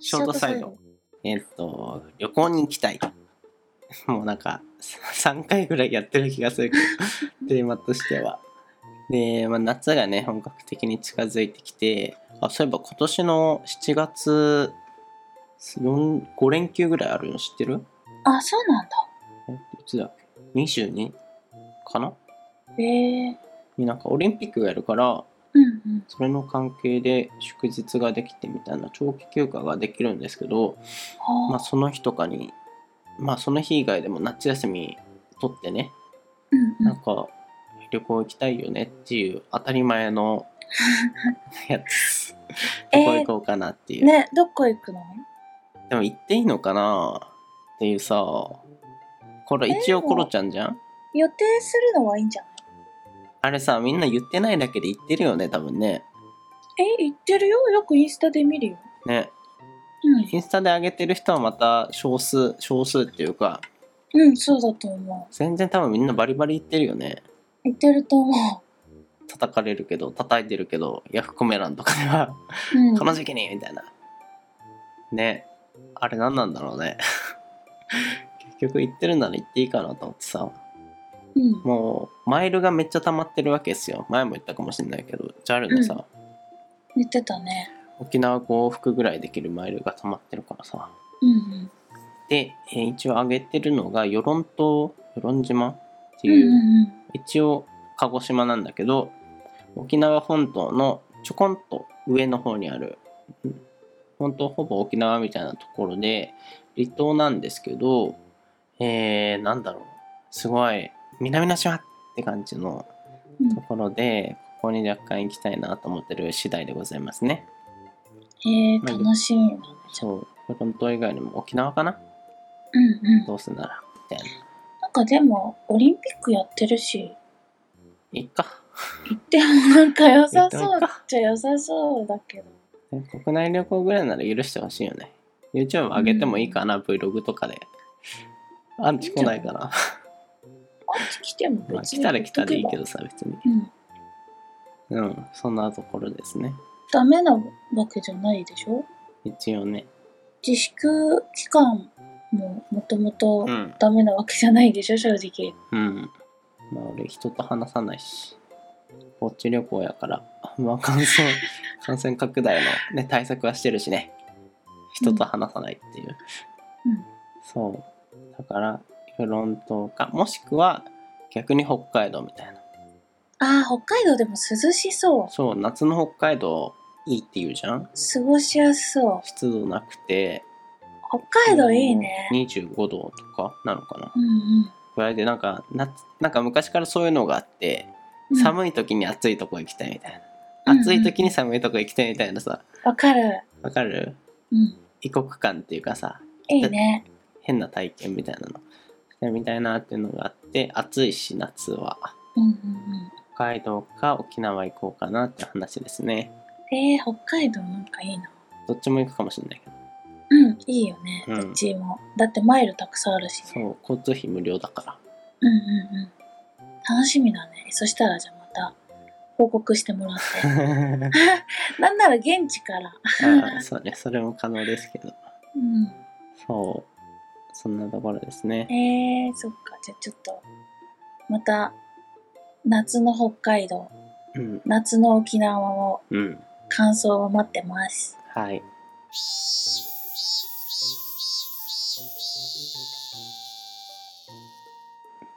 ショートサイド。えっと、旅行に行きたい。 もうなんか、3回ぐらいやってる気がす るけど、テーマとしては。で、まあ、夏がね、本格的に近づいてきて、あ、そういえば今年の7月、4 5連休ぐらいあるの知ってるあ、そうなんだ。えいつだっけ ?22 かなへえ。になんかオリンピックがやるから、うんうん。それの関係で祝日ができてみたいな長期休暇ができるんですけど、まあ、はあ。その日とかに、まあ、その日以外でも夏休み取ってねうんうなんん。か旅行行きたいよねっていう当たり前 のやつえ旅ー行行こうかなっていう、ね、どこ行くのでも行っていいのかなっていうさこれ一応コロちゃんじゃん、予定するのはいいんじゃないあれさみんな言ってないだけで行ってるよね多分ねえ、行ってるよ。よくインスタで見るよ。ねうんインスタで上げてる人はまた少数少数っていうか。うん、そうだと思全然多分みんなバリバリ行ってるよねう。行ってると思叩かれるけど叩いてるけどヤフコメ欄とかではう。うん。この時期にみたいな。ね。あれ何なんだろうね。結局行ってるなら行っていいかなと思ってさ。うん。もう、マイルがめっちゃ溜まってるわけですよ。前も言ったかもしれないけど、JAL のさ、言ってたね。沖縄往復ぐらいできるマイルが溜まってるからさ。うんうん。で、えー一応上げてるのが、与論島、与論島ってうんういう、んうん。一応鹿児島なんだけど、沖縄本島のちょこんと上の方にあるうん本当ほぼ沖縄みたいなところで離島なんですけどえー、なんだろうすごい南の島って感じのうんところでここに若干行きたいなと思ってる次第でございますねへえまあ楽しみな。そう本島以外にも沖縄かなうんうん。どうすんならみたいななんかでも、オリンピックやってるし、いっか行ってもなんか良さ行そってうっもいいかちゃ良さそうだけど。ね国内旅行ぐらいなら許してほしいよね。YouTube 上げてもいいかな、Vlog とかで。アンチ来ないかな。あっち来てもまあ別来にたら来たでいいけど。どさ、別に。うん。うん、そんなところですね。ダメなわけじゃないでしょ一応ね。自粛期間ももともとうん。ダメなわけじゃないでしょ正直。うん。まあ俺、人と話さないし。ぼっち旅行やから。まあ感 染、感染拡大のね、対策はしてるしね。人と話さないっていう。うんそう。だから、フロントか、もしくは逆に北海道みたいな。ああ、北海道でも涼しそう。そう夏の北海道いいって言うじゃん過ごしやすそう。湿度なくて北海道いいね。 25度とかなのかなうんうんぐらいでなんか夏なんか昔からそういうのがあってうん。い。寒い時に暑いとこ行きたいみたいな、うんうん暑い時に寒いとこ行きたいみたいなさわかる。わかるうん。異国感っていうかさいいね。変な体験みたいなのでみたいなっていうのがあって暑いし夏はうんうん北海道か沖縄行こうかなって話ですねうん。えー、北海道なんかいいな。どっちも行くかもしれないけどうん、いいよね、うんどっちも。だってマイルたくさんあるし、ね。そう交通費無料だからうんうんうん。楽しみだね。そしたらじゃあまた報告してもらっ て。なんなら現地から。ああそうねそれも可能ですけどうん。そうそんなところですねえー、そっか。じゃあちょっと、また、夏の北海道、うん夏の沖縄をうん感想を待ってます。はい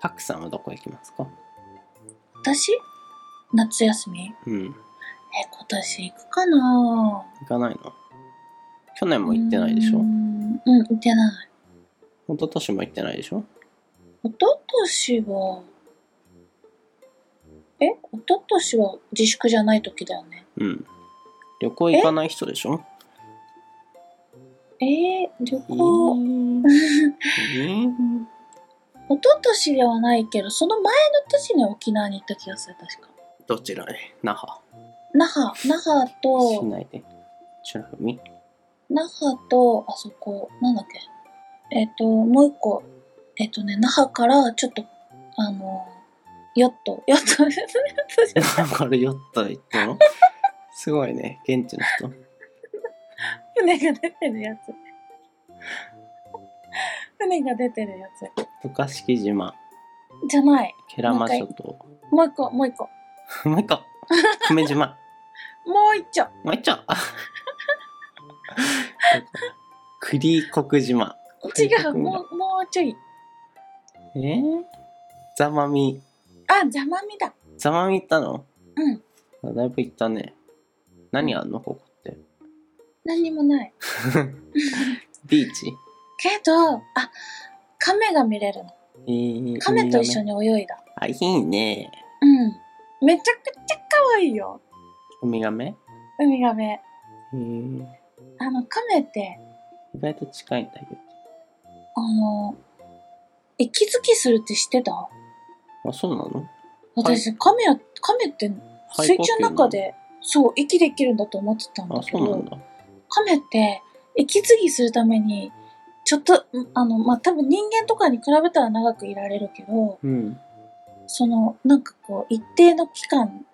パクさんはどこ行きますか私夏休みえ、うん今年行くかな行かないの去年も行ってないでしうーょん、うん、行ってない。一昨年も行ってないでしょ一昨年は、え一昨年は自粛じゃない時だよね。うん旅行行かない人でしょえー、旅え行、ーえー 一昨年ではないけど、その前の年に沖縄に行った気がする、確か。どちらへ那覇那覇、那覇市と、内で美ら海那覇と、あそこ、なんだっけ。えっ、と、もう一個、えっ、とね、那覇から、ちょっと、あの、ヨット、ヨット、 ヨットじゃない これヨットで行ったのすごいね現地の人船が出てるやつ。船が出てるやつ。渡嘉敷島、じゃない。慶良間諸島。もう一個、もう一個。もう一個、久米島。もう一丁。もう 一丁。栗国島。違う、もう、もうちょい。えー、ザマミ。あ、ざまみだ。ザマミ行ったのうん。あだいぶ行ったね。何あんのここって。 何にもない。 ビーチけど、あ、亀が見れるの。えー亀と一緒に。に泳いだ。あ、いいね。うん。めちゃくちゃ可愛いよ。ウミガメウミガメ。えー、あの、亀って、意外と近いんだけあの、息づきするって知ってたど。あ、そうなの私、亀や、亀って水中の中。で、そう、息できるんだと思ってたんだあ、けそうなんど、だ。亀って、息継ぎするために、ちょっと、んあの、まあ、多分人間とかに比べたら長くいられるけど、うん。その、なんかこう、一定の期間、ん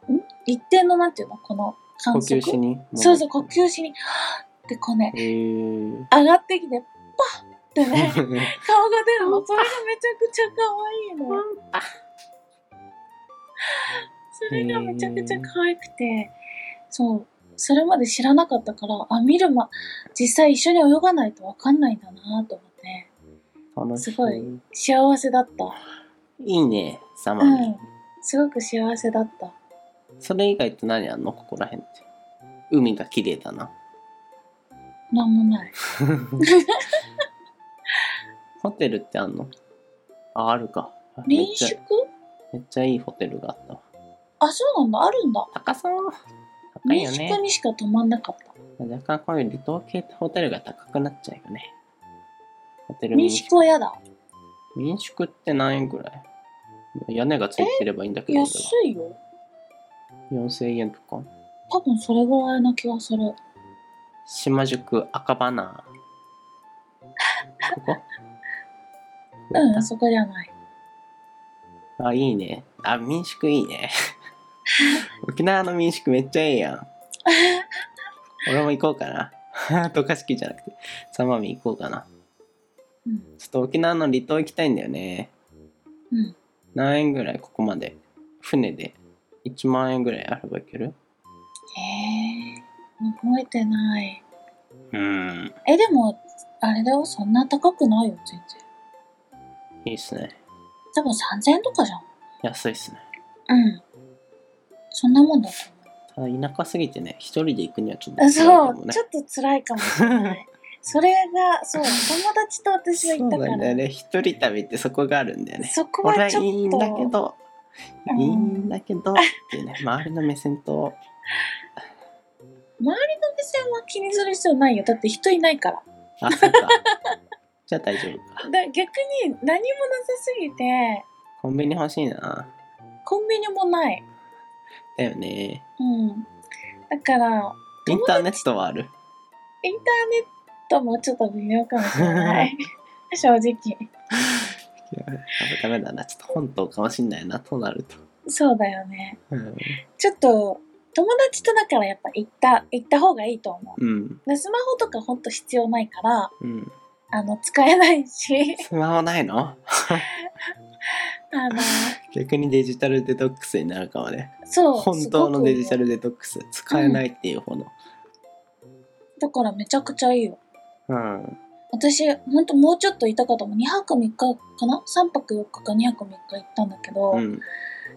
一定の、なんていうのこの呼観測吸。しに。そうそう、呼吸しに、はぁってこうね、えー。上がってきて、パッってね、顔が出るの。それがめちゃくちゃ可愛いの。それがめちゃくちゃ可愛くて、そう、それまで知らなかったから、あ、見るま、実際一緒に泳がないとわかんないんだなと思って、 楽しすごい幸せだった。いいね、サマうミ。ん。すごく幸せだった。それ以外って何あんのここら辺って。海が綺麗だ な。なんも ない。ホテルってあんのあ、あるか。あめっ民ち宿ゃ、めっちゃいいホテルがあったわ。あ、そうなんだ、あるんだ。高さは高い民よ宿ね。にしか泊まんなかった。若干こういう離島系ってホテルが高くなっちゃうよね。ホテル民民宿。宿は嫌だ。民宿って何円ぐらい屋根がついてればいいんだけど、安いよ。 4000円とか。多分それぐらいな気がする。島宿赤花。ここうん、そこじゃない。 あ、いいね。あ、民宿いい ね。沖縄の民宿めっちゃええやん。俺も行こうかな。 渡嘉敷じゃなくて、サマミ行こうかな。うん。ちょっと沖縄の離島行きたいんだよね。うん。何円ぐらいここまで。船で。1万円ぐらいあれば行けるへえ、覚えてない。うん。え、でも、あれだよ、そんな高くないよ、全い然。いっすね。多分3000円とかじゃん。安いっすね。うん。そんなもんだとただ田舎すぎてね、一人で行くにはちょっと思辛いかもう。そう、ねち。ょっと辛いかもしれない。 それが、そう、友達と私が行そっうたかなら。んだよね。一人旅ってそこがあるんだよね。そこ俺ははいちょっと。いんだけど、うんいいんだけ どっていうね、周りの目線と、目線は気にする必要ないよ。 だって人いないから。あ、そうか。 じゃあ大丈夫か。だ逆に何もなさすぎて、コンビニ欲しいな。コンビニもない。だよね。うん。だから、インターネットはある。インターネットもちょっと微妙かもしれ ない。正直。いやダメだな。ちょっと本島かもしんないな、となると。そうだよね。うん。ちょっと、友達とだからやっぱ行った、行った方がいいと思うん。う。で、スマホとかほんと必要ないから、うん、あの、使えないし、 スマホないのあの、逆にデジタルデトックスになるかもね。そう。本当のデジタル。ルデトックス。使えないっていう方の。だからめちゃくちゃいいよ。うん。私、ほんともうちょっといたかと思う。2泊3日かな ?3 泊4日か2泊3日行ったんだけど、うん。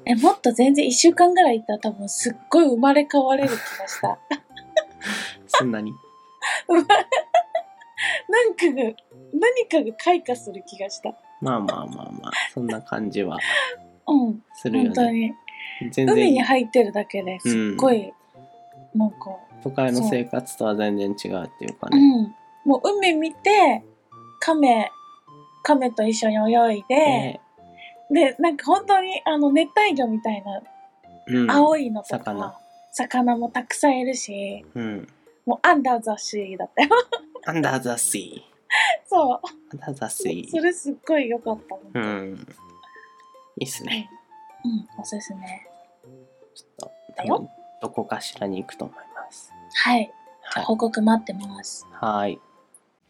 え、もっと全然1週間ぐらい行ったら多分すっごい生まれ変われる気がした。 そんなに。なんかが、何かが開花する気がした。まあまあまあまあ、そんな感じはうん、するよ本当ね。に。全海に然入ってるだけですっごい、なんか、都会の生活とは全然違うっていうかうね。ん。もう海見て、亀、亀と一緒に泳いで、ねで、なんか本当にあの熱帯魚みたいなうん、青いのとか、魚魚もたくさんいるし、うん。もうアンダーザシーだったよ。アンダーザシ そう。ー。アンダーザシそー。れすっごい良かった。本当うにん。いいっすね。うん、おすすめ。ちょっと、だ多よ分どこかしらに行くと思います。はい。はい報告待ってます。はい。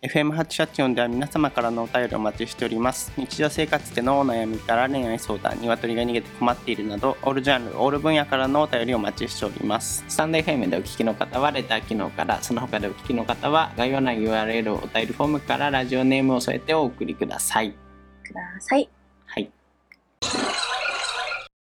FM884 では皆様からのお便りをお待ちしております。日常生活でのお悩みから恋愛相談、鶏が逃げて困っているなど、オールジャンル、オール分野からのお便りをお待ちしております。スタンド FM でお聞きの方はレター機能から、その他でお聞きの方は概要欄 URL お便りフォームからラジオネームを添えてお送りください。ください。